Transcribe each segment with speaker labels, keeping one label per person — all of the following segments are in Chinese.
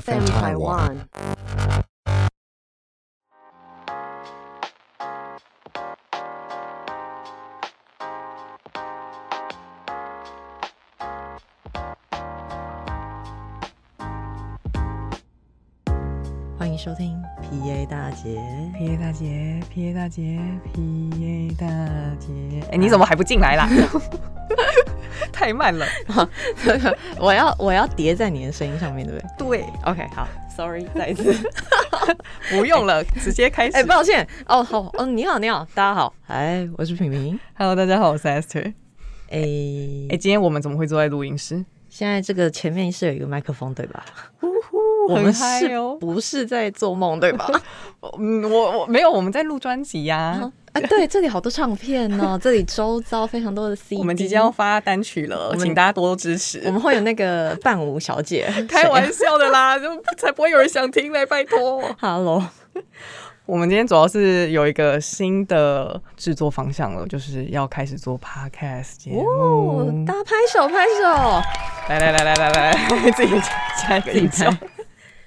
Speaker 1: FM Taiwan.
Speaker 2: 欢迎收听 PA 大姐。
Speaker 3: P A 大姐，P A 大姐，P A 大姐，哎、
Speaker 2: 啊
Speaker 3: 你怎么还不进 来啦？ 太慢了。
Speaker 2: 我要我要叠在你的声音上面，对不对
Speaker 3: 对，
Speaker 2: ？OK，好，Sorry，再一 次。
Speaker 3: 不用了，直接开始。
Speaker 2: 哎、抱歉，哦，好，嗯，你好，你好，大家好，哎，我是平平。
Speaker 3: Hello，大家好，我是 Esther。
Speaker 2: 哎、
Speaker 3: 哎、今天我们怎么会坐在录音室？
Speaker 2: 现在这个前面是有一个麦克风，对吧？我
Speaker 3: 很
Speaker 2: 们
Speaker 3: 嗨
Speaker 2: 是
Speaker 3: 哦
Speaker 2: 不是在做梦，对吧？
Speaker 3: 嗯，我我没有，我们在录专辑呀
Speaker 2: 啊。，对，这里好多唱片 哦，这里周遭非常多的 CD。
Speaker 3: 我们即将要发单曲了，
Speaker 2: 们
Speaker 3: 请大家多多支持。
Speaker 2: 我们啊会有那个伴舞小 姐，
Speaker 3: 开玩笑的啦，就才不会有人想听嘞，拜托。
Speaker 2: ，Hello，
Speaker 3: 我们今天主要是有一个新的制作方向了，就是要开始做 podcast 节目。
Speaker 2: 哦，
Speaker 3: 嗯
Speaker 2: 大家拍手拍手。
Speaker 3: 来来来来来来，自己加一个音效。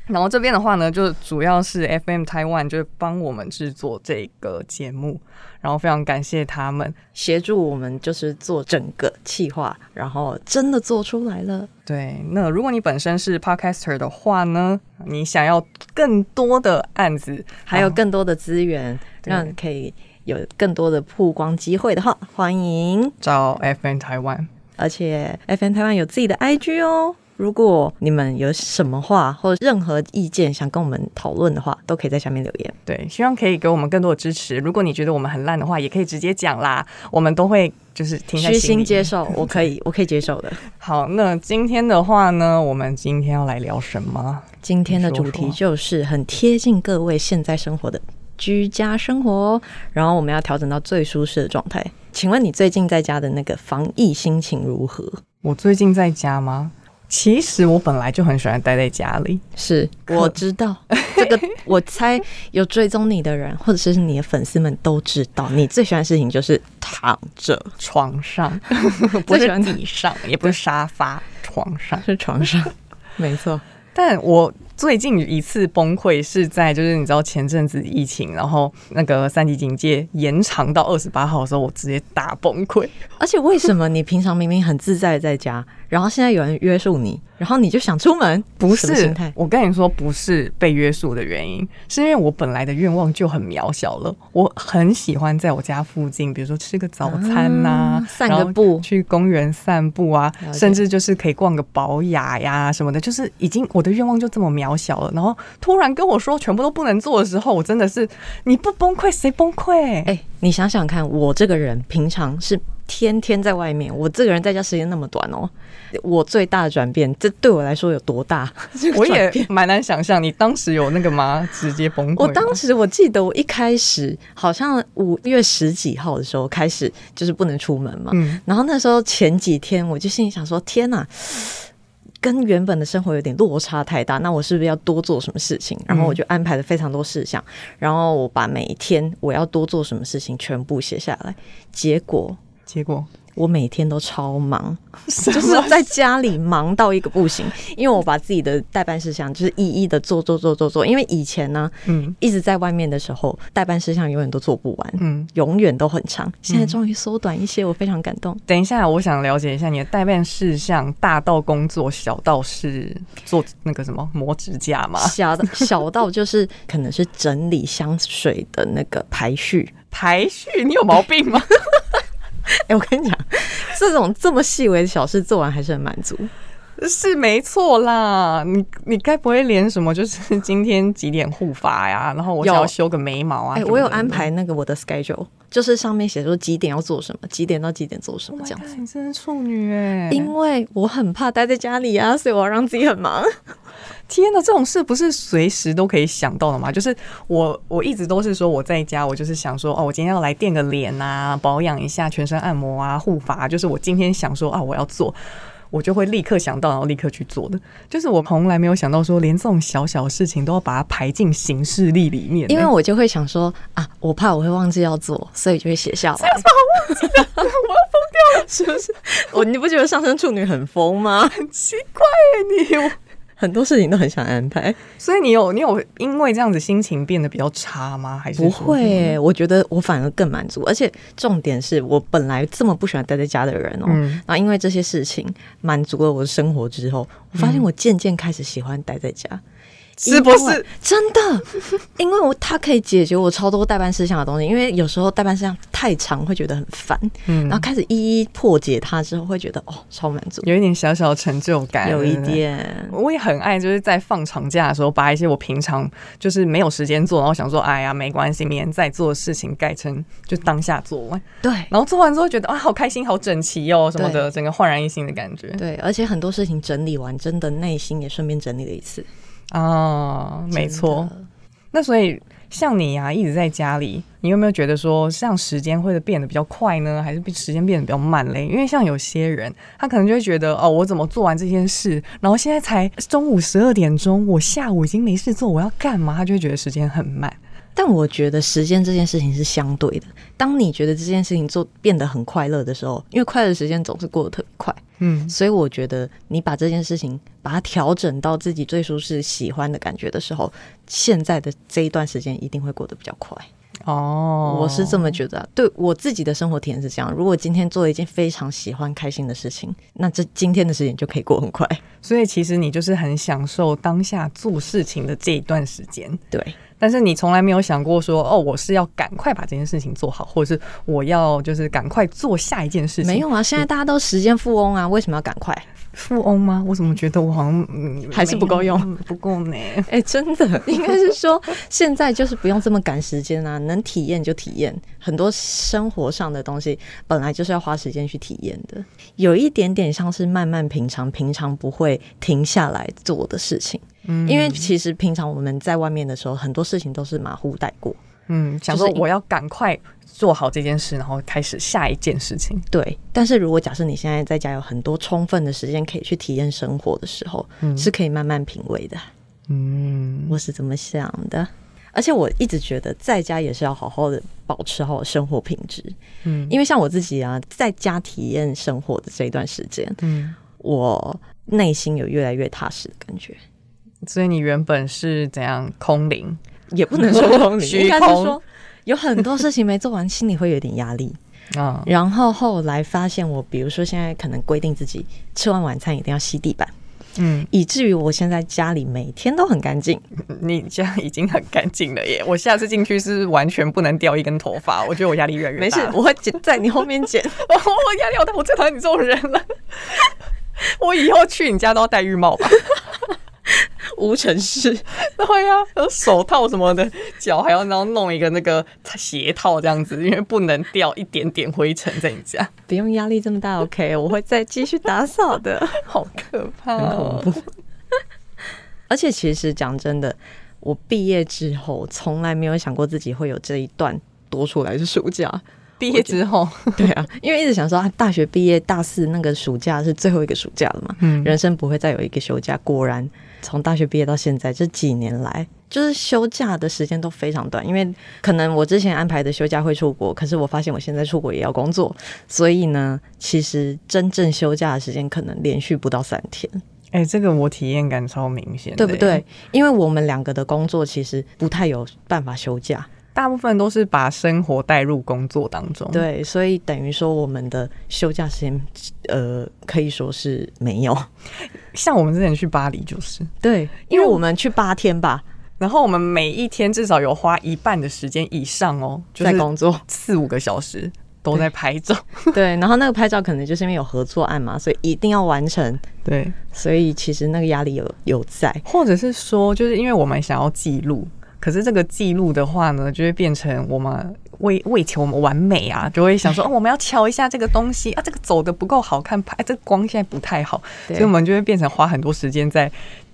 Speaker 3: 然后这边的话呢，就主要是 FM Taiwan 就是帮我们制作这个节目，然后非常感谢他们。
Speaker 2: 协助我们就是做整个企划，然后真的做出来了。
Speaker 3: 对，那如果你本身是 podcaster 的话呢，你想要更多的案子，
Speaker 2: 还有更多的资源，
Speaker 3: 对
Speaker 2: 让可以有更多的曝光机会的话，欢迎。
Speaker 3: 找 FM Taiwan。
Speaker 2: 而且 FN 台湾有自己的 IG 哦。如果你们有什么话或任何意见想跟我们讨论的话，都可以在下面留 言。
Speaker 3: 对，希望可以给我们更多的支持。如果你觉得我们很烂的话，也可以直接讲啦，我们都会就是听在
Speaker 2: 虚
Speaker 3: 心
Speaker 2: 心
Speaker 3: 里。
Speaker 2: 接受，我可以，我可以接受的。
Speaker 3: 好，那今天的话呢，我们今天要来聊什么？
Speaker 2: 今天的
Speaker 3: 你说
Speaker 2: 主题
Speaker 3: 说
Speaker 2: 就是很贴近各位现在生活的居家生活，哦然后我们要调整到最舒适的状态。请问你最近在家的那个防疫心情如何？
Speaker 3: 我最近在家吗？其实我本来就很喜欢待在家里，
Speaker 2: 是我知道这 个，我猜有追踪你的人，或者是你的粉丝们都知道，你最喜欢的事情就是躺 着，
Speaker 3: 床上 不
Speaker 2: 最喜
Speaker 3: 是
Speaker 2: 欢
Speaker 3: 地上，也不是沙发，床上。
Speaker 2: 是床 上，没错，
Speaker 3: 但我最近一次崩溃是在就是你知道前阵子疫情，然后那个三级警戒延长到二十八号的时候，我直接大崩溃。
Speaker 2: 而且为什么你平常明明很自在地在家，然后现在有人约束你，然后你就想出门？
Speaker 3: 不
Speaker 2: 什么
Speaker 3: 是
Speaker 2: 心态，
Speaker 3: 我跟你说，不是被约束的原因，是因为我本来的愿望就很渺小了。我很喜欢在我家附近，比如说吃个早餐呐、
Speaker 2: 啊散个
Speaker 3: 然后
Speaker 2: 步
Speaker 3: 去公园散步啊
Speaker 2: 了，解
Speaker 3: 甚至就是可以逛个保雅呀什么的，就是已经我的愿望就这么渺小了。然后突然跟我说全部都不能做的时候，我真的是你不崩溃谁崩溃？
Speaker 2: 哎、你想想看，我这个人平常是天天在外面，我这个人在家时间那么短哦，我最大的转变，这对我来说有多大？这个
Speaker 3: 我
Speaker 2: 转
Speaker 3: 也
Speaker 2: 变
Speaker 3: 蛮难想象，你当时有那个吗？直接崩溃吗？
Speaker 2: 我当时我记得，我一开始好像五月十几号的时候开始，就是不能出门嘛。
Speaker 3: 嗯
Speaker 2: 然后那时候前几天，我就心里想说：“天哪、跟原本的生活有点落差太大，那我是不是要多做什么事情？然后
Speaker 3: 嗯
Speaker 2: 我就安排了非常多事项，然后我把每一天我要多做什么事情全部写下来。结果
Speaker 3: 结果
Speaker 2: 我每天都超 忙，
Speaker 3: 就
Speaker 2: 就是在家里忙到一个不行，因为我把自己的代办事项就是一一的做做做做做。因为以前呢、
Speaker 3: 嗯
Speaker 2: 一直在外面的时候，代办事项永远都做不完，
Speaker 3: 嗯。
Speaker 2: 永远都很长。现在终于缩短一些，我非常感 动。
Speaker 3: 等一下，我想了解一下你的代办事项，大到工作，小到是做那个什么磨指甲 嘛，
Speaker 2: 小到小到就是可能是整理香水的那个排序。
Speaker 3: 排序，你有毛病吗？
Speaker 2: 哎、我跟你讲，这种这么细微的小事做完还是很满足。
Speaker 3: 是没错啦，你你该不会连什么就是今天几点护发呀，然后我
Speaker 2: 有
Speaker 3: 想要修个眉毛啊？
Speaker 2: 哎、
Speaker 3: 什么
Speaker 2: 我有
Speaker 3: 的
Speaker 2: 安。排那个我的 schedule，就是上面写说几点要做什么，几点到几点做什么
Speaker 3: Oh my
Speaker 2: 这样
Speaker 3: God，
Speaker 2: 子。
Speaker 3: 你真是处女哎、
Speaker 2: 因为我很怕待在家里啊，所以我要让自己很忙。
Speaker 3: 天呐，这种事不是随时都可以想到的吗？就是我，我一直都是说我在家，我就是想说，哦，我今天要来垫个脸啊，保养一下，全身按摩啊，护发，就是我今天想说啊，我要做。我就会立刻想到，然后立刻去做的。就是我从来没有想到说，连这种小小事情都要把它排进行事历里 面。
Speaker 2: 因为我就会想说啊，我怕我会忘记要做，所以就会写下来。 这有什么好忘记的？我要疯掉了，是不是？我你不觉得上升处女很疯吗？
Speaker 3: 很奇怪耶、
Speaker 2: 很多事情都很想安排。
Speaker 3: 所以你有你有因为这样子心情变得比较差吗？还是
Speaker 2: 不
Speaker 3: 说
Speaker 2: 会欸、我觉得我反而更满足，而且重点是我本来这么不喜欢待在家的人哦、
Speaker 3: 嗯
Speaker 2: 然后因为这些事情满足了我的生活之后，我发现我渐渐开始喜欢待在家。
Speaker 3: 嗯是不
Speaker 2: 因为
Speaker 3: 是？
Speaker 2: 真的？ 因为我它可以解决我超多代办事项的东西，因为有时候代办事项太长会觉得很烦，
Speaker 3: 嗯
Speaker 2: 然后开始一一破解它之后，会觉得哦超满足，
Speaker 3: 有一点小小的成就感，
Speaker 2: 有一
Speaker 3: 对不对。
Speaker 2: 点
Speaker 3: 我也很爱，就是在放长假的时候，把一些我平常就是没有时间做，然后想说，哎呀，没关系，明天再做的事情改成就当下做完，
Speaker 2: 对。
Speaker 3: 然后做完之后觉得啊，好开心，好整齐哦，什么
Speaker 2: 对
Speaker 3: 的，整个焕然一新的感觉
Speaker 2: 对，而且很多事情整理完，真的内心也顺便整理了一次。
Speaker 3: 啊，没错
Speaker 2: 真。的
Speaker 3: 那所以像你啊，一直在家里，你有没有觉得说，像时间会变得比较快呢，还是比时间变得比较慢嘞？因为像有些人，他可能就会觉得，哦，我怎么做完这件事，然后现在才中午十二点钟，我下午已经没事做，我要干嘛？他就会觉得时间很慢。
Speaker 2: 但我觉得时间这件事情是相对的。当你觉得这件事情做变得很快乐的时候，因为快乐的时间总是过得特别快，
Speaker 3: 嗯，
Speaker 2: 所以我觉得你把这件事情把它调整到自己最舒适、喜欢的感觉的时候，现在的这一段时间一定会过得比较快。
Speaker 3: 哦，
Speaker 2: 我是这么觉得啊、对我自己的生活体验是这样。如果今天做了一件非常喜欢、开心的事情，那这今天的时间就可以过很快。
Speaker 3: 所以其实你就是很享受当下做事情的这一段时间。
Speaker 2: 对，
Speaker 3: 但是你从来没有想过说，哦，我是要赶快把这件事情做好，或者是我要就是赶快做下一件事情。
Speaker 2: 没有啊，现在大家都时间富翁啊，为什么要赶快？
Speaker 3: 富翁吗？我怎么觉得我好像、嗯、
Speaker 2: 还是不够用
Speaker 3: 没有，嗯不够 呢？
Speaker 2: 哎、真的， 应该是说现在就是不用这么赶时间啊， 能体验就体验。很多生活上的东西本来就是要花时间去体验的，有一点点像是慢慢平常平常不会停下来做的事情。
Speaker 3: 嗯
Speaker 2: 因为其实平常我们在外面的时候，很多事情都是马虎带过。
Speaker 3: 嗯，想
Speaker 2: 就
Speaker 3: 说
Speaker 2: 是一
Speaker 3: 我要赶快做好这件事，然后开始下一件事情。
Speaker 2: 对，但是如果假设你现在在家有很多充分的时间可以去体验生活的时候，是可以慢慢品味的。
Speaker 3: 嗯，
Speaker 2: 我是怎么想的。而且我一直觉得在家也是要好好的保持好生活品质，
Speaker 3: 嗯
Speaker 2: 嗯，因为像我自己啊，在家体验生活的这一段时间，
Speaker 3: 嗯
Speaker 2: 嗯，我内心有越来越踏实的感觉，
Speaker 3: 所以你原本是怎样空灵？
Speaker 2: 也不 能说空灵，
Speaker 3: 虚
Speaker 2: 应该是
Speaker 3: 空
Speaker 2: 说有很多事情没做完，心里会有点压 力。
Speaker 3: 啊、
Speaker 2: 然后后来发现我，比如说现在可能规定自己吃完晚餐一定要吸地板，
Speaker 3: 嗯，
Speaker 2: 以至于我现在家里每天都很干净。
Speaker 3: 你这样已经很干净了耶！我下次进去是完全不能掉一根头发，我觉得我压力越来越
Speaker 2: 没
Speaker 3: 大
Speaker 2: 事
Speaker 3: 了。，
Speaker 2: 我会剪在你后面剪。
Speaker 3: 我 我压力好大，我最讨厌你这种人了。我以后去你家都要戴浴帽吧？
Speaker 2: 无尘室，
Speaker 3: 对呀、还有手套什么的，脚还要然后弄一个那个鞋套这样子，因为不能掉一点点灰尘在你 家，
Speaker 2: 不用压力这么 大，OK，我会再继续打扫的，
Speaker 3: 好可怕、
Speaker 2: 很
Speaker 3: 哦，
Speaker 2: 恐怖。 而且其实讲真的，我毕业之后从来没有想过自己会有这一段多出来的暑假。
Speaker 3: 毕业之后，
Speaker 2: 对啊，因为一直想说啊，大学毕业大四那个暑假是最后一个暑假了嘛，
Speaker 3: 嗯
Speaker 2: 人生不会再有一个休假。果然，从大学毕业到现在这几年来，就是休假的时间都非常短，因为可能我之前安排的休假会出国，可是我发现我现在出国也要工作，所以呢，其实真正休假的时间可能连续不到三天，
Speaker 3: 哎、这个我体验感超明显，
Speaker 2: 对不对？？因为我们两个的工作其实不太有办法休假，
Speaker 3: 大部分都是把生活带入工作当中，，
Speaker 2: 对，所以等于说我们的休假时间，呃，可以说是没有。
Speaker 3: 像我们之前去巴黎就是。
Speaker 2: 对，因为我们去八天吧，
Speaker 3: 然后我们每一天至少有花一半的时间以上哦，就是。
Speaker 2: 在工作
Speaker 3: 四五个小时都在拍照。
Speaker 2: 对，然后那个拍照可能就是因为有合作案嘛，所以一定要完成，
Speaker 3: 对，
Speaker 2: 所以其实那个压力有有在。
Speaker 3: 或者是说，就是因为我们想要记录，可是这个记录的话呢，就会变成我们为为求我们完美啊，就会 想说，哦，我们要瞧一下这个东西啊，这个走的不够好看，拍、哎、这个光现在不太好，
Speaker 2: 对
Speaker 3: 所以我们就会变成花很多时间在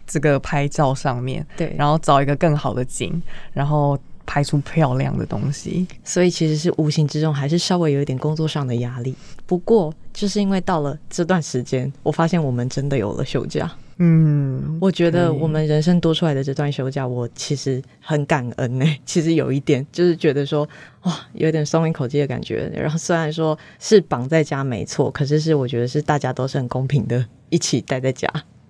Speaker 3: 这个拍照上面，
Speaker 2: 对
Speaker 3: 然后找一个更好的景，然后拍出漂亮的东西。
Speaker 2: 所以其实是无形之中还是稍微有一点工作上的压力。不过就是因为到了这段时间，我发现我们真的有了休假。
Speaker 3: 嗯，
Speaker 2: 我觉得我们人生多出来的这段休假，我其实很感恩呢、 其实有一点就是觉得说，哇，有点松一口气的感觉。然后虽然说是绑在家没错，可是是我觉得是大家都是很公平的，一起待在家。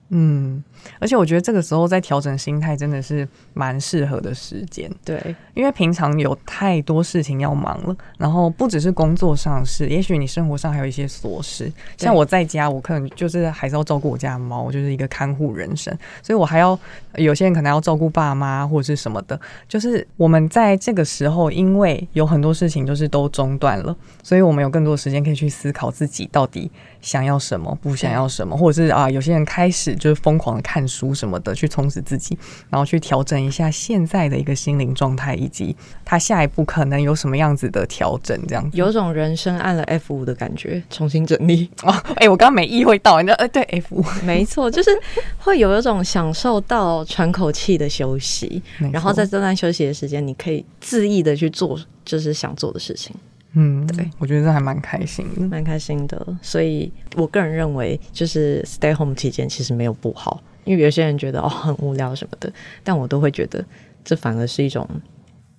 Speaker 3: 嗯，而且我觉得这个时候在调整心态真的是蛮适合的时间，
Speaker 2: 对，
Speaker 3: 因为平常有太多事情要忙了，然后不只是工作上是，也许你生活上还有一些琐事。像我在家，我可能就是还是要照顾我家的猫，我就是一个看护人生，所以我还要有些人可能要照顾爸妈或者是什么的。就是我们在这个时候，因为有很多事情就是都中断了，所以我们有更多的时间可以去思考自己到底想要什么，不想要什么，或者是啊，有些人开始就是疯狂的看书什么的，去充实自己，然后去调整一下现在的一个心灵状态，以及他下一步可能有什么样子的调整，这样子。
Speaker 2: 有种人生按了 F 五的感觉，重新整理。
Speaker 3: 哦，哎、我刚刚没意会到，你知道，呃，对，F
Speaker 2: 没错，就是会有一种享受到喘口气的休息
Speaker 3: 没错，
Speaker 2: 然后在这段休息的时间，你可以恣意的去做就是想做的事情，
Speaker 3: 嗯，
Speaker 2: 对，
Speaker 3: 我觉得这还蛮开心的。
Speaker 2: 蛮开心的。所以我个人认为，就是 stay home 期间其实没有不好，因为有些人觉得哦很无聊什么的，但我都会觉得这反而是一种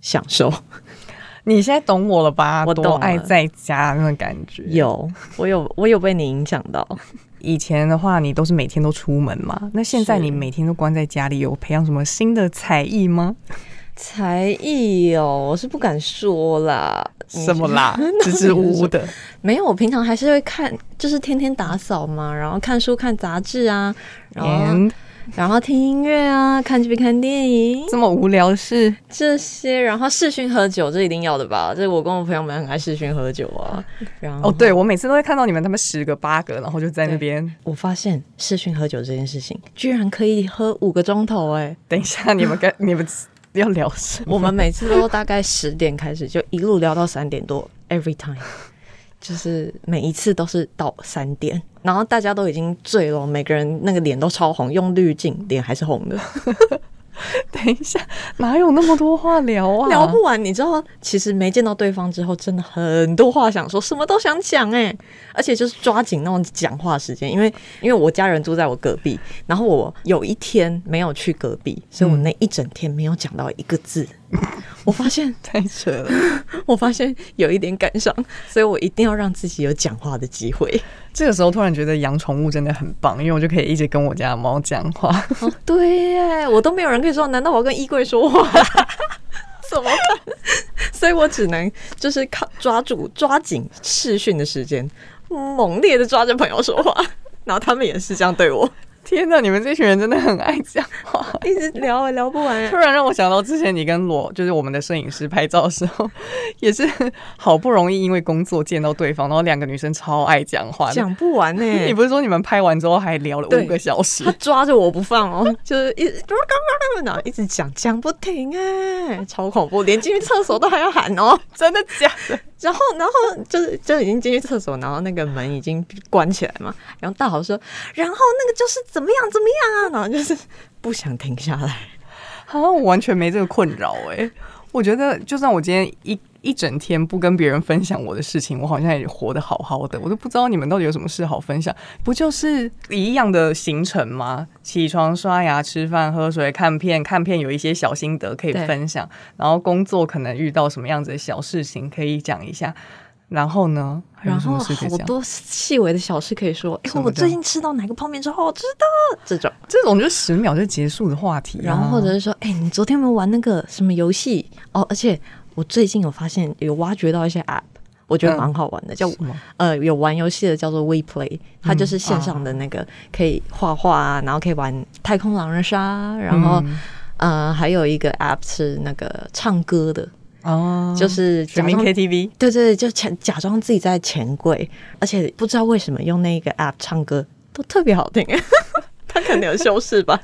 Speaker 2: 享受。
Speaker 3: 你现在懂我了吧？
Speaker 2: 我懂了
Speaker 3: 多爱在家那种感觉。
Speaker 2: 有，我有，我有被你影响到。
Speaker 3: 以前的话，你都是每天都出门嘛，那现在
Speaker 2: 是
Speaker 3: 你每天都关在家里，有培养什么新的才艺吗？
Speaker 2: 才艺哦，我是不敢说啦。
Speaker 3: 什么 啦？支支吾吾的。
Speaker 2: 没有，我平常还是会看，就是天天打扫嘛，然后看书、看杂志啊，然后
Speaker 3: 嗯，
Speaker 2: 然后听音乐啊，看剧、看电影
Speaker 3: 这么无聊的事，
Speaker 2: 这些，然后视讯喝酒，这一定要的吧？这我跟我朋友们很爱视讯喝酒啊。 然后
Speaker 3: 哦，对我每次都会看到你们他们十个八个，然后就在那边。
Speaker 2: 我发现视讯喝酒这件事情，居然可以喝五个钟头哎、
Speaker 3: 等一下，你们跟 你们要聊什么？
Speaker 2: 我们每次都大概十点开始，就一路聊到三点多，every time，就是每一次都是到三点，然后大家都已经醉了，每个人那个脸都超红，用滤镜脸还是红的，
Speaker 3: 等一下，哪有那么多话聊啊？
Speaker 2: 聊不完。你知道，其实没见到对方之后，真的很多话想说，什么都想讲哎、而且就是抓紧那种讲话时间，因为因为我家人住在我隔壁，然后我有一天没有去隔壁，所以我那一整天没有讲到一个 字。我发现
Speaker 3: 太扯了。
Speaker 2: 我发现有一点感伤，所以我一定要让自己有讲话的机会。
Speaker 3: 这个时候突然觉得养宠物真的很棒，因为我就可以一直跟我家的猫讲话。
Speaker 2: 哦， 对耶，我都没有人可以说，难道我要跟衣柜说话？ 怎么办？所以我只能就是靠抓住、抓紧视讯的时间，猛烈的抓着朋友说话， 然后他们也是这样对我，
Speaker 3: 天哪，你们这群人真的很爱讲话。
Speaker 2: 一直聊也啊聊不完耶
Speaker 3: 突。然让我想到之前你跟罗，就是我们的摄影师拍照的时候，也是好不容易因为工作见到对方，然后两个女生超爱讲话的。
Speaker 2: 讲不完 呢、
Speaker 3: 你不是说你们拍完之后还聊了
Speaker 2: 对
Speaker 3: 五个小时
Speaker 2: 他？抓着我不放哦，就是一直然后一直讲讲不停哎、超恐怖，连进去厕所都还要喊哦。
Speaker 3: 真的假的？
Speaker 2: 然后，然后就是就已经进去厕所，然后那个门已经关起来嘛。然后大豪说：“然后那个就是怎么样怎么样啊？”然后就是不想停下来。
Speaker 3: 好像我完全没这个困扰哎、我觉得就算我今天一一整天不跟别人分享我的事情，我好像也活得好好的，我都不知道你们到底有什么事好分享。不就是一样的行程吗？起床、刷牙、吃饭、喝水、看片，看片有一些小心得可以
Speaker 2: 对
Speaker 3: 分享，然后工作可能遇到什么样子的小事情可以讲一下。然后呢？还 有
Speaker 2: 然
Speaker 3: 什
Speaker 2: 后
Speaker 3: 么事可以
Speaker 2: 好
Speaker 3: 讲？
Speaker 2: 多细微的小事可以说，哎
Speaker 3: 什，么啊
Speaker 2: 我
Speaker 3: 叫
Speaker 2: 最近吃到哪个泡面哦超好吃的这种。
Speaker 3: 这种就十秒就结束的话题啊、
Speaker 2: 然后或者是说，哎，你昨天有没有玩那个什么游戏？哦，而且我最近有发现有挖掘到一些 app，我觉得
Speaker 3: 嗯
Speaker 2: 蛮好玩的，叫
Speaker 3: 什么？
Speaker 2: 呃，有玩游戏的叫做 WePlay，它就是线上的那个可以画画啊，然后可以玩太空狼人杀，啊然后、呃还有一个 App 是那个唱歌的，
Speaker 3: 哦，
Speaker 2: 就是假
Speaker 3: 全民
Speaker 2: 装
Speaker 3: KTV。
Speaker 2: 对对，对就假假装自己在钱柜，而且不知道为什么用那个 App 唱歌都特别好听， 它可能有修饰吧。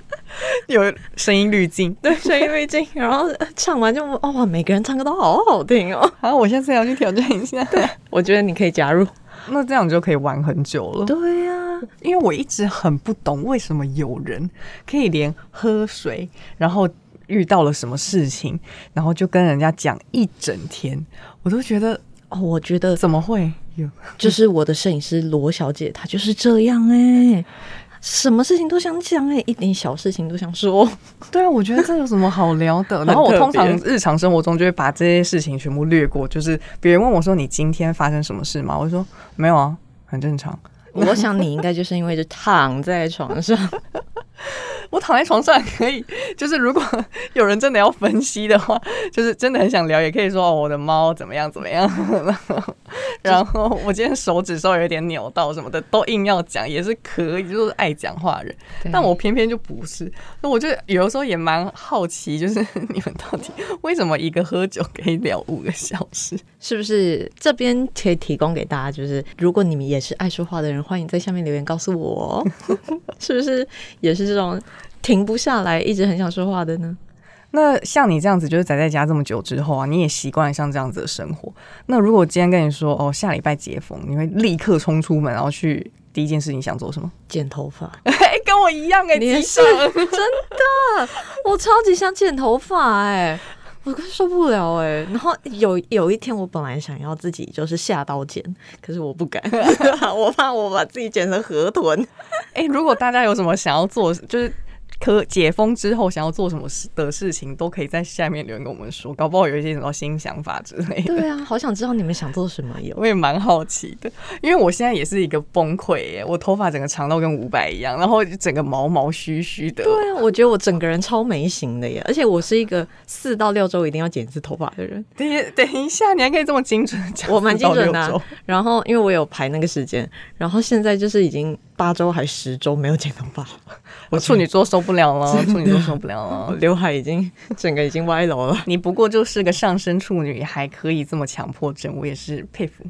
Speaker 3: 有声音滤镜。对，
Speaker 2: 声音滤镜，然后唱完就哦哇，每个人唱歌都好好听哦。
Speaker 3: 好，我下次要去挑战一下。对，
Speaker 2: 我觉得你可以加入。
Speaker 3: 那这样就可以玩很久了。
Speaker 2: 对呀、
Speaker 3: 因为我一直很不懂为什么有人可以连喝水，然后遇到了什么事情，然后就跟人家讲一整天，我都觉得
Speaker 2: 哦，我觉得
Speaker 3: 怎么会有？
Speaker 2: 就是我的摄影师罗小姐，她就是这样哎、什么事情都想讲哎、一点小事情都想说。
Speaker 3: 对啊，我觉得这有什么好聊的？然后我
Speaker 2: 很特
Speaker 3: 通
Speaker 2: 别
Speaker 3: 常日常生活中就会把这些事情全部略过，就是别人问我说你今天发生什么事吗？我就说没有啊，很正常。
Speaker 2: 我想你应该就是因为就躺在床上，
Speaker 3: 我躺在床上也可以，就是如果 有人真的要分析的话，就是真的很想聊，也可以说哦，我的猫怎么样怎么样， 然后然后我今天手指稍微有点扭到什么的，都硬要讲也是可以，就是爱讲话人。
Speaker 1: 对
Speaker 3: 但我偏偏就不是，那我就有的时候也蛮好奇，就是 你们到底为什么一个喝酒可以聊五个小时？
Speaker 2: 是不是？这边可以提供给大家，就是如果你们也是爱说话的人，欢迎在下面留言告诉我 哦，是不是也是这种停不下来、一直很想说话的呢？
Speaker 3: 那像你这样子，就是宅在家这么久之后啊，你也习惯像这样子的生活。那如果今天跟你说哦，下礼拜解封，你会立刻冲出门，然后去第一件事情想做什么？
Speaker 2: 剪头发，
Speaker 3: 哎、跟我一样哎、
Speaker 2: 你也
Speaker 3: 欸，
Speaker 2: 是 真的，我超级想剪头发哎、我快受不了哎、然后有有一天，我本来想要自己就是下刀剪，可是我不 敢，我怕我把自己剪成河豚。
Speaker 3: 哎、如果大家有什么想要做，就是可解封之后想要做什么事的事情，都可以在下面留言跟我们说，搞不好有一些什么新想法之类的。
Speaker 2: 对啊，好想知道你们想做什么哟。
Speaker 3: 我也蛮好奇的，因为我现在也是一个崩溃耶，我头发整个长到跟伍佰一样，然后整个毛毛虚虚的。
Speaker 2: 对啊，我觉得我整个人超没型的耶，而且我是一个四到六周一定要剪一次头发的人，
Speaker 3: 等一等一下，你还可以这么精准地讲，
Speaker 2: 我蛮精准的啊、
Speaker 3: 到六周
Speaker 2: 然后因为我有排那个时间，然后现在就是已经八周还十周没有剪头发了，
Speaker 3: 我处女座受不了 了，处女座受不了了。
Speaker 2: 哦刘海已经 整个已经歪楼了。
Speaker 3: 你不过就是个上升处女，还可以这么强迫症，我也是佩服。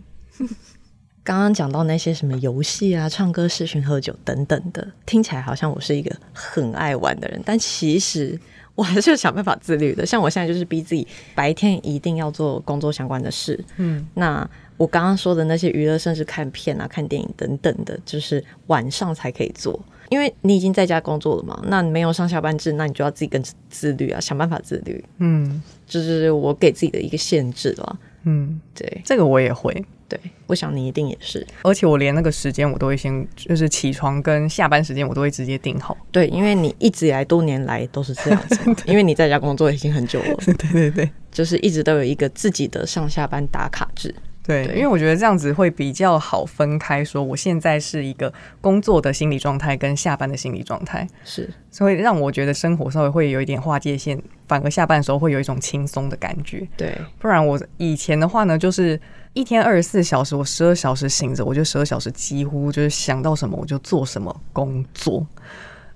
Speaker 2: 刚刚讲到那些什么游戏啊、唱歌、视讯、喝酒等等的，听起来好像我是一个很爱玩的人，但其实我还是有想办法自律的。像我现在就是逼自己白天一定要做工作相关的事，
Speaker 3: 嗯，
Speaker 2: 那我刚刚说的那些娱乐，甚至看片啊、看电影等等的，就是晚上才可以做，因为你已经在家工作了嘛。那你没有上下班制，那你就要自己跟自律啊，想办法自律，
Speaker 3: 嗯
Speaker 2: 这就是我给自己的一个限制啦。
Speaker 3: 嗯，
Speaker 2: 对
Speaker 3: 这个我也会，
Speaker 2: 对，我想你一定也是
Speaker 3: 而且我连那个时间我都会先，就是起床跟下班时间我都会直接定好。
Speaker 2: 对，因为你一直以来多年来都是这样子嘛，因为你在家工作已经很久了，
Speaker 3: 对对对。
Speaker 2: 就是一直都有一个自己的上下班打卡制。
Speaker 3: 对，
Speaker 2: 对
Speaker 3: 因为我觉得这样子会比较好分开，说我现在是一个工作的心理状态跟下班的心理状态，
Speaker 2: 是，
Speaker 3: 所以让我觉得生活稍微会有一点划界限，反而下班的时候会有一种轻松的感觉。
Speaker 2: 对，
Speaker 3: 不然我以前的话呢，就是一天二十四小时，我十二小时醒着，我就十二小时几乎就是想到什么我就做什么工作，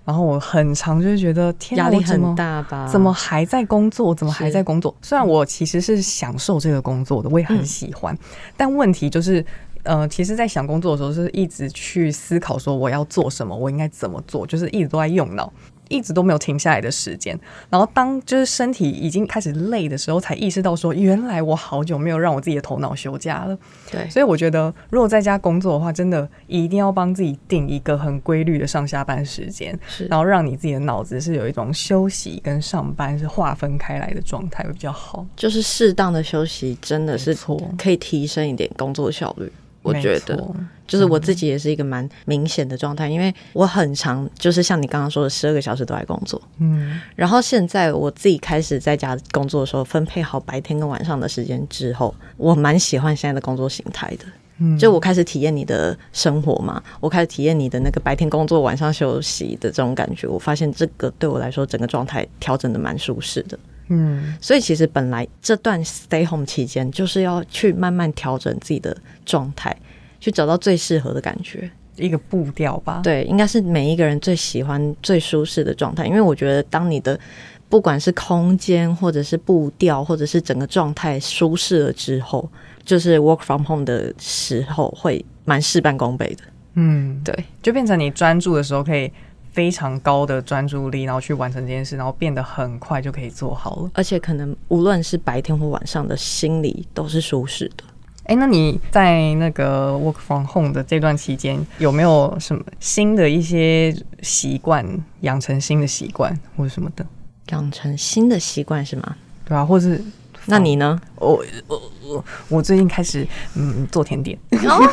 Speaker 3: 然后我很长就会觉得天哪啊
Speaker 2: 压力
Speaker 3: 我怎么
Speaker 2: 很大吧？
Speaker 3: 怎么还在工作？怎么还
Speaker 2: 是嗯
Speaker 3: 在工作？虽然我其实是享受这个工作的，我也很喜欢，但问题就是。呃，其实，在想工作的时候，是一直去思考说我要做什么，我应该怎么做，就是一直都在用脑，一直都没有停下来的时间。然后，当就是身体已经开始累的时候，才意识到说，原来我好久没有让我自己的头脑休假了。
Speaker 2: 对？
Speaker 3: 所以我觉得，如果在家工作的话，真的一定要帮自己定一个很规律的上下班时间，
Speaker 2: 是
Speaker 3: 然后让你自己的脑子是有一种休息跟上班是划分开来的状态会比较好。
Speaker 2: 就是适当的休息真的是
Speaker 3: 没错
Speaker 2: 可以提升一点工作效率。我觉
Speaker 3: 没
Speaker 2: 得
Speaker 3: 错，嗯
Speaker 2: 就是我自己也是一个蛮明显的状态，因为我很常就是像你刚刚说的，十二个小时都在工作。
Speaker 3: 嗯，
Speaker 2: 然后现在我自己开始在家工作的时候，分配好白天跟晚上的时间之后，我蛮喜欢现在的工作形态的。
Speaker 3: 嗯
Speaker 2: 就我开始体验你的生活嘛，我开始体验你的那个白天工作、晚上休息的这种感觉，我发现这个对我来说整个状态调整的蛮舒适的。
Speaker 3: 嗯，
Speaker 2: 所以其实本来这段 stay home 期间，就是要去慢慢调整自己的状态，去找到最适合的感觉。
Speaker 3: 一个步调吧。，
Speaker 2: 对，应该是每一个人最喜欢、最舒适的状态。因为我觉得，当你的不管是空间，或者是步调，或者是整个状态舒适了之后，就是 work from home 的时候，会蛮事半功倍的。
Speaker 3: 嗯，
Speaker 2: 对，
Speaker 3: 就变成你专注的时候可以非常高的专注力，然后去完成这件事，然后变得很快就可以做好了。
Speaker 2: 而且可能无论是白天或晚上的心理都是舒适的。
Speaker 3: 哎、那你在那个 work from home 的这段期间，有没有什么新的一些习惯，养成新的习惯或者什么的，啊
Speaker 2: 养成新的习惯是吗？
Speaker 3: 对吧、或是
Speaker 2: 那你呢？
Speaker 3: 我我呃我最近开始嗯做甜点，
Speaker 2: 哦，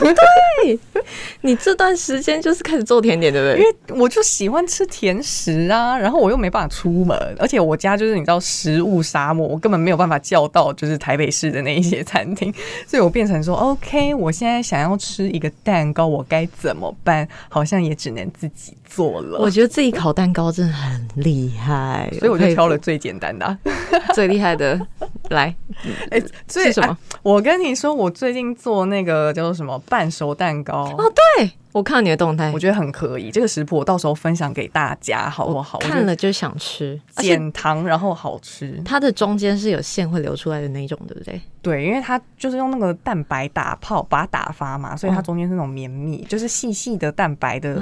Speaker 2: 对， 你这段时间就是开始做甜点，对不
Speaker 3: 因
Speaker 2: 对？
Speaker 3: 为我就喜欢吃甜食啊，然后我又没办法出门，而且我家就是你知道食物沙漠，我根本没有办法叫到就是台北市的那一些餐厅，所以我变成说 OK，我现在想要吃一个蛋糕，我该怎么办？好像也只能自己做了。
Speaker 2: 我觉得自己烤蛋糕真的很厉害，
Speaker 3: 所以我就
Speaker 2: 佩服
Speaker 3: 挑了最简单的、啊。
Speaker 2: 最厉害的来。
Speaker 3: 哎、最
Speaker 2: 是什么
Speaker 3: 啊我跟你说，我最近做那个叫做什么半熟蛋糕，
Speaker 2: 哦，对，我看到你的动态
Speaker 3: 我，觉得很可以。这个食谱我到时候分享给大家，好不好？我觉得
Speaker 2: 看了就想吃，而且
Speaker 3: 减糖，然后好吃。
Speaker 2: 它的中间是有线会流出来的那一种，对不对？
Speaker 3: 对，因为它就是用那个蛋白打泡把它打发嘛，所以它
Speaker 2: 嗯
Speaker 3: 中间是那种绵密，就是细细的蛋白的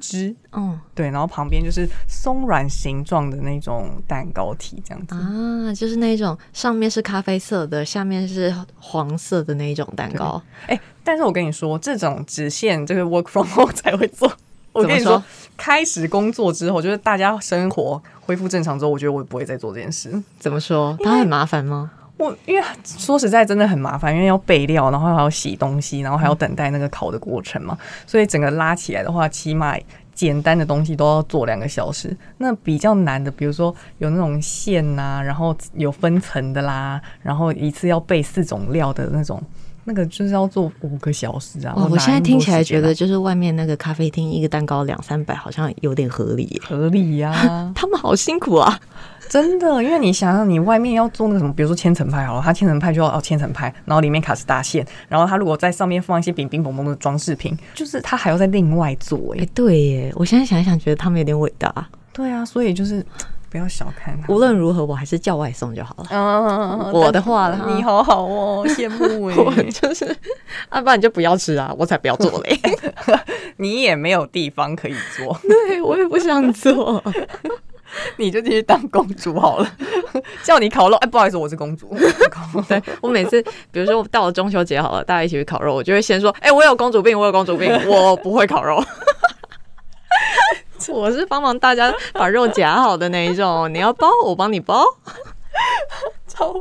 Speaker 3: 汁。
Speaker 2: 哦
Speaker 3: 对，然后旁边就是松软形状的那种蛋糕体，这样子。
Speaker 2: 啊，就是那种上面是咖啡色的，下面是黄色的那一种蛋糕。
Speaker 3: 哎、但是我跟你说，这种只限这个 work from home 才会做。我跟你
Speaker 2: 怎么
Speaker 3: 说
Speaker 2: 说，
Speaker 3: 开始工作之后，就是大家生活恢复正常之后，我觉得我不会再做这件事。
Speaker 2: 怎么说？它很麻烦吗？
Speaker 3: 我因为说实在真的很麻烦，因为要备料，然后还要洗东西，然后还
Speaker 2: 嗯
Speaker 3: 要等待那个烤的过程嘛，所以整个拉起来的话，起码简单的东西都要做两个小时。那比较难的，比如说有那种馅呐、然后有分层的啦，然后一次要备四种料的那种，那个就是要做五个小时啊。
Speaker 2: 哇，
Speaker 3: 哪
Speaker 2: 哦我现在
Speaker 3: 那么
Speaker 2: 听
Speaker 3: 多
Speaker 2: 起来
Speaker 3: 时间
Speaker 2: 觉
Speaker 3: 啊
Speaker 2: 得，就是外面那个咖啡厅一个蛋糕两三百，好像有点合理耶。
Speaker 3: 合 理呀、
Speaker 2: 他们好辛苦啊！
Speaker 3: 真的，因为你想想，你外面要做那个什么，比如说千层派好了，它千层派就要哦千层派，然后里面卡是大馅，然后它如果在上面放一些饼饼嘣嘣的装饰品， 就是它还要再另外做哎、
Speaker 2: 哎、对耶，我现在想一想，觉得他们有点伟大。
Speaker 3: 对啊，所以就是不要小看它。
Speaker 2: 无论如何，我还是叫外送就好了。
Speaker 3: 啊
Speaker 2: 我的话啦
Speaker 3: 你好好哦，羡慕
Speaker 2: 我
Speaker 3: 哎、
Speaker 2: 就是，啊，不然你就不要吃啊，我才不要做嘞。
Speaker 3: 你也没有地方可以做，
Speaker 2: 对 我也不想做。
Speaker 3: 你就继续当公主好了， 叫你烤肉，哎、不好意思，我是公主，
Speaker 2: 对 我每次，比如说我到了中秋节好了，大家一起去烤肉，我就会先说：“ 哎、我有公主病，我有公主病， 我不会烤肉。” 我是帮忙大家把肉夹好的那一种，你要包我帮你包。
Speaker 3: 超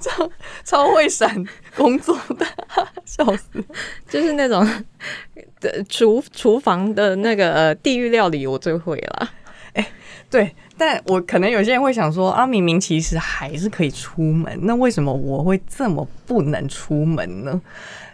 Speaker 3: 超超会闪工作的， 笑死。
Speaker 2: 就是那种 的厨厨房的那个呃地狱料理，我最会了。
Speaker 3: 对，但我可能有些人会想说，啊，明明其实还是可以出门，那为什么我会这么不能出门呢？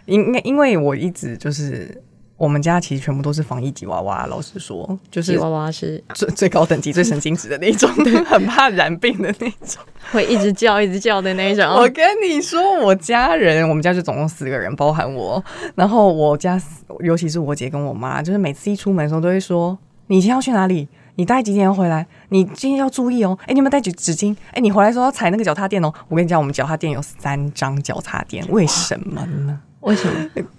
Speaker 3: 因因为我一直就是我们家其实全部都是防疫吉娃娃，老实说，就
Speaker 2: 吉
Speaker 3: 是
Speaker 2: 娃娃是
Speaker 3: 最最高等级、最神经质的那一种，很怕染病的那种。
Speaker 2: 会一直叫一直叫的那一种。
Speaker 3: 我跟你说，我家人，我们家就总共四个人，包含我。然后我家四，尤其是我姐跟我妈，就是每次一出门的时候都会说：“你今天要去哪里？你大概几点要回来？你今天要注意哦。哎，你有没有带纸纸巾？哎，你回来的时候要踩那个脚踏垫哦。我跟你讲，我们脚踏垫有三张脚踏垫，为什么呢？
Speaker 2: 为什么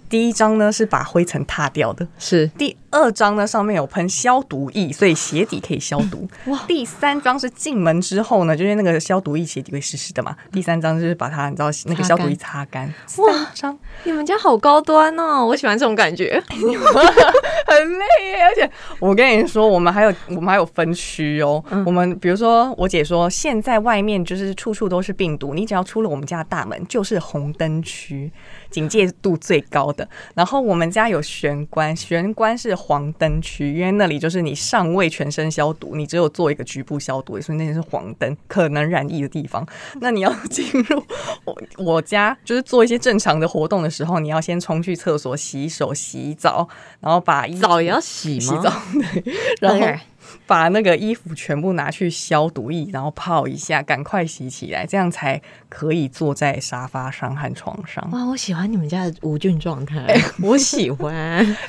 Speaker 3: 第一张呢是把灰尘踏掉的，
Speaker 2: 是？
Speaker 3: 第二章呢，上面有喷消毒液，所以鞋底可以消毒。
Speaker 2: 哇
Speaker 3: 第三章是进门之后呢，就是那个消毒液鞋底会湿湿的嘛。第三章就是把它你知道那个消毒液擦干。哇，章
Speaker 2: 你们家好高端哦，我喜欢这种感觉。
Speaker 3: 很累耶！而且我跟你说，我们还有我们还有分区哦。我们比如说，我姐说现在外面就是处处都是病毒，你只要出了我们家的大门就是红灯区，警戒度最高的。然后我们家有玄关，玄关是黄灯区，因为那里就是你尚未全身消毒，你只有做一个局部消毒，所以那里是黄灯，可能染疫的地方。那你要进入我我家，就是做一些正常的活动的时候，你要先冲去厕所洗手、洗澡，然后把衣服
Speaker 2: 澡也要洗吗？
Speaker 3: 洗澡，对，然
Speaker 2: 当
Speaker 3: 后
Speaker 2: 然
Speaker 3: 把那个衣服全部拿去消毒液，然后泡一下，赶快洗起来，这样才可以坐在沙发上和床上。
Speaker 2: 哇，我喜欢你们家的无菌状态，哎 我喜欢。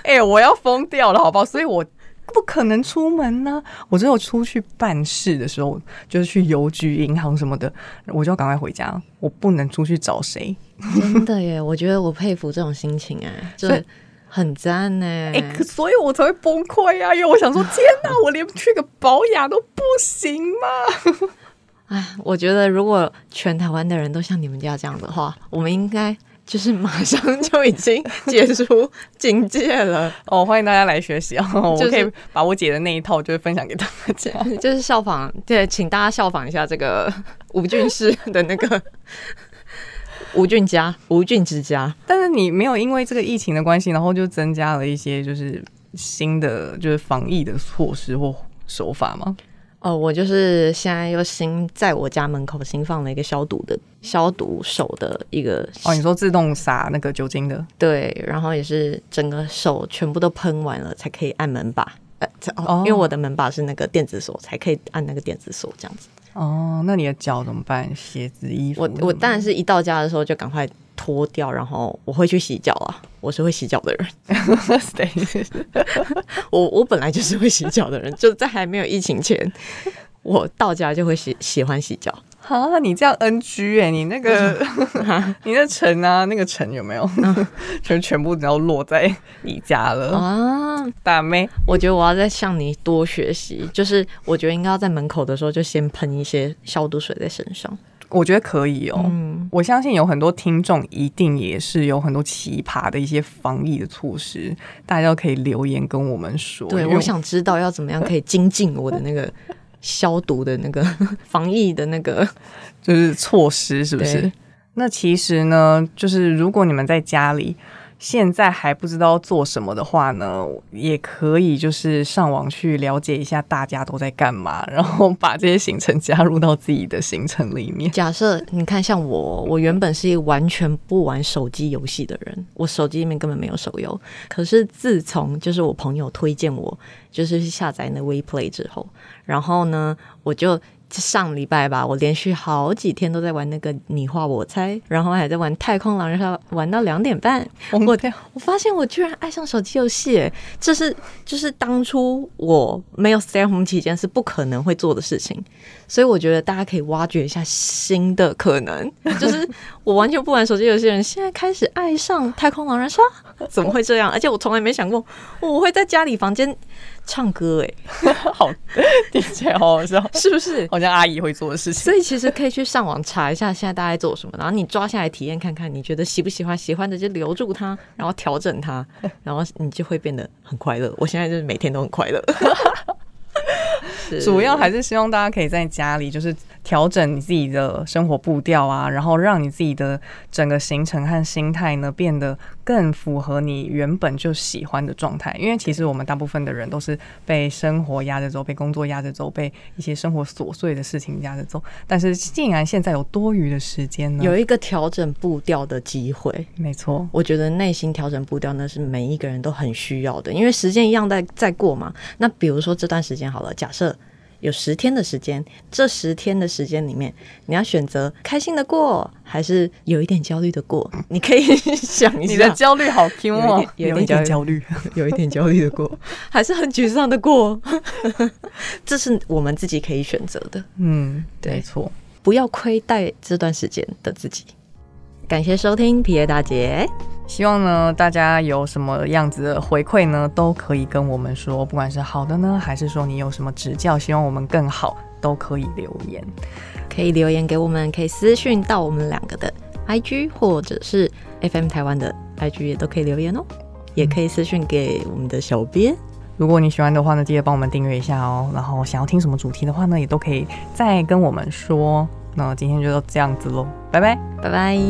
Speaker 3: 哎、我要疯掉了，好不好？所以我。不可能出门呢、我只有出去办事的时候，就是去邮局、银行什么的，我就要赶快回家。我不能出去找谁，
Speaker 2: 真的耶，我觉得我佩服这种心情哎，就
Speaker 3: 所以
Speaker 2: 很赞呢。
Speaker 3: 哎、可所以我才会崩溃啊！因为我想说，天哪，我连去个保养都不行吗？
Speaker 2: 哎，我觉得如果全台湾的人都像你们家这样的话，我们应该就是马上就已经 解除警戒了，
Speaker 3: 哦，欢迎大家来学习哦，
Speaker 2: 就是
Speaker 3: 我可以把我姐的那一套就是分享给大家。
Speaker 2: 就是效仿，对，请大家效仿一下这个无菌室的那个 无菌家，无菌之家。
Speaker 3: 但是你没有因为这个疫情的关系，然后就增加了一些就是新的就是防疫的措施或手法吗？
Speaker 2: 哦，我就是现在又新在我家门口新放了一个消毒的消毒手的一个
Speaker 3: 哦，你说自动洒那个酒精的，
Speaker 2: 对，然后也是整个手全部都喷完了才可以按门把，呃，这
Speaker 3: 哦
Speaker 2: 哦，因为我的门把是那个电子锁，才可以按那个电子锁这样子。
Speaker 3: 哦，那你的脚怎么办？鞋子、衣服
Speaker 2: 我
Speaker 3: 怎么办，
Speaker 2: 我当然是一到家的时候就赶快脱掉，然后我会去洗脚啊，我是会洗脚的人，
Speaker 3: 对，
Speaker 2: 我我本来就是会洗脚的人，就在还没有疫情前，我到家就会喜喜欢洗脚。
Speaker 3: 好，那你这样 NG 哎、你 那个你那尘啊，那个尘有没有，
Speaker 2: 嗯
Speaker 3: 就全部都落在你家了，
Speaker 2: 啊，
Speaker 3: 大妹。
Speaker 2: 我觉得我要再向你多学习，就是我觉得应该要在门口的时候就先喷一些消毒水在身上。
Speaker 3: 我觉得可以哦，
Speaker 2: 嗯
Speaker 3: 我相信有很多听众一定也是有很多奇葩的一些防疫的措施，大家都可以留言跟我们说。
Speaker 2: 对，
Speaker 3: 因为
Speaker 2: 我想知道要怎么样可以精进我的那个消毒的那个 防疫的那个。
Speaker 3: 就是措施，是不是
Speaker 2: 对？
Speaker 3: 那其实呢，就是如果你们在家里现在还不知道做什么的话呢，也可以就是上网去了解一下大家都在干嘛，然后把这些行程加入到自己的行程里面。
Speaker 2: 假设你看，像我，我原本是一个完全不玩手机游戏的人，我手机里面根本没有手游。可是自从就是我朋友推荐我，就是去下载那 WePlay 之后，然后呢，我就上礼拜吧，我连续好几天都在玩那个你画我猜，然后还在玩太空狼人杀，玩到两点半。
Speaker 3: 疯
Speaker 2: 我
Speaker 3: 掉
Speaker 2: 我发现我居然爱上手机游戏，哎，这是就是当初我没有 stay at home 期间是不可能会做的事情，所以我觉得大家可以挖掘一下新的可能，就是我完全不玩手机游戏的人，现在开始爱上太空狼人杀，怎么会这样？而且我从来没想过哦我会在家里房间唱歌，哎，
Speaker 3: 好，听起来好好笑，
Speaker 2: 是不是？
Speaker 3: 好像阿姨会做的 事情。
Speaker 2: 所以其实可以去上网查一下现在大家在做什么，然后你抓下来体验看看，你觉得喜不喜欢，喜欢的就留住它，然后调整它，然后你就会变得很快乐。我现在就是每天都很快乐， 是
Speaker 3: 主要还是希望大家可以在家里，就是调整你自己的生活步调啊，然后让你自己的整个行程和心态呢变得更符合你原本就喜欢的状态。因为其实我们大部分的人都是被生活压着走，被工作压着走，被一些生活琐碎的事情压着走。但是竟然现在有多余的时间呢？
Speaker 2: 有一个调整步调的机会。
Speaker 3: 没错，
Speaker 2: 我觉得内心调整步调那是每一个人都很需要的，因为时间一样在在过嘛。那比如说这段时间好了，假设有十天的时间，这十天的时间里面，你要选择开心的过，还是有一点焦虑的过？ 你可以想一下，
Speaker 3: 你的焦虑 好 Q 哦，
Speaker 2: 有一点有一点
Speaker 3: 焦虑。
Speaker 2: 有一点焦虑的过，还是很沮丧的过， 这是我们自己可以选择的，
Speaker 3: 嗯，
Speaker 2: 对
Speaker 3: 没错。
Speaker 2: 不要亏待这段时间的自己。感谢收听皮耶大姐，
Speaker 3: 希望呢，大家有什么样子的回馈呢，都可以跟我们说，不管是好的呢，还是说你有什么指教，希望我们更好，都可以留言。
Speaker 2: 可以留言给我们，可以私讯到我们两个的 IG 或者是 FM 台湾的 IG 也都可以留言哦，也可以私讯给我们的小编。
Speaker 3: 如果你喜欢的话呢，记得帮我们订阅一下哦。然后想要听什么主题的话呢，也都可以再跟我们说。那今天就到这样子喽，拜拜。
Speaker 2: 拜拜。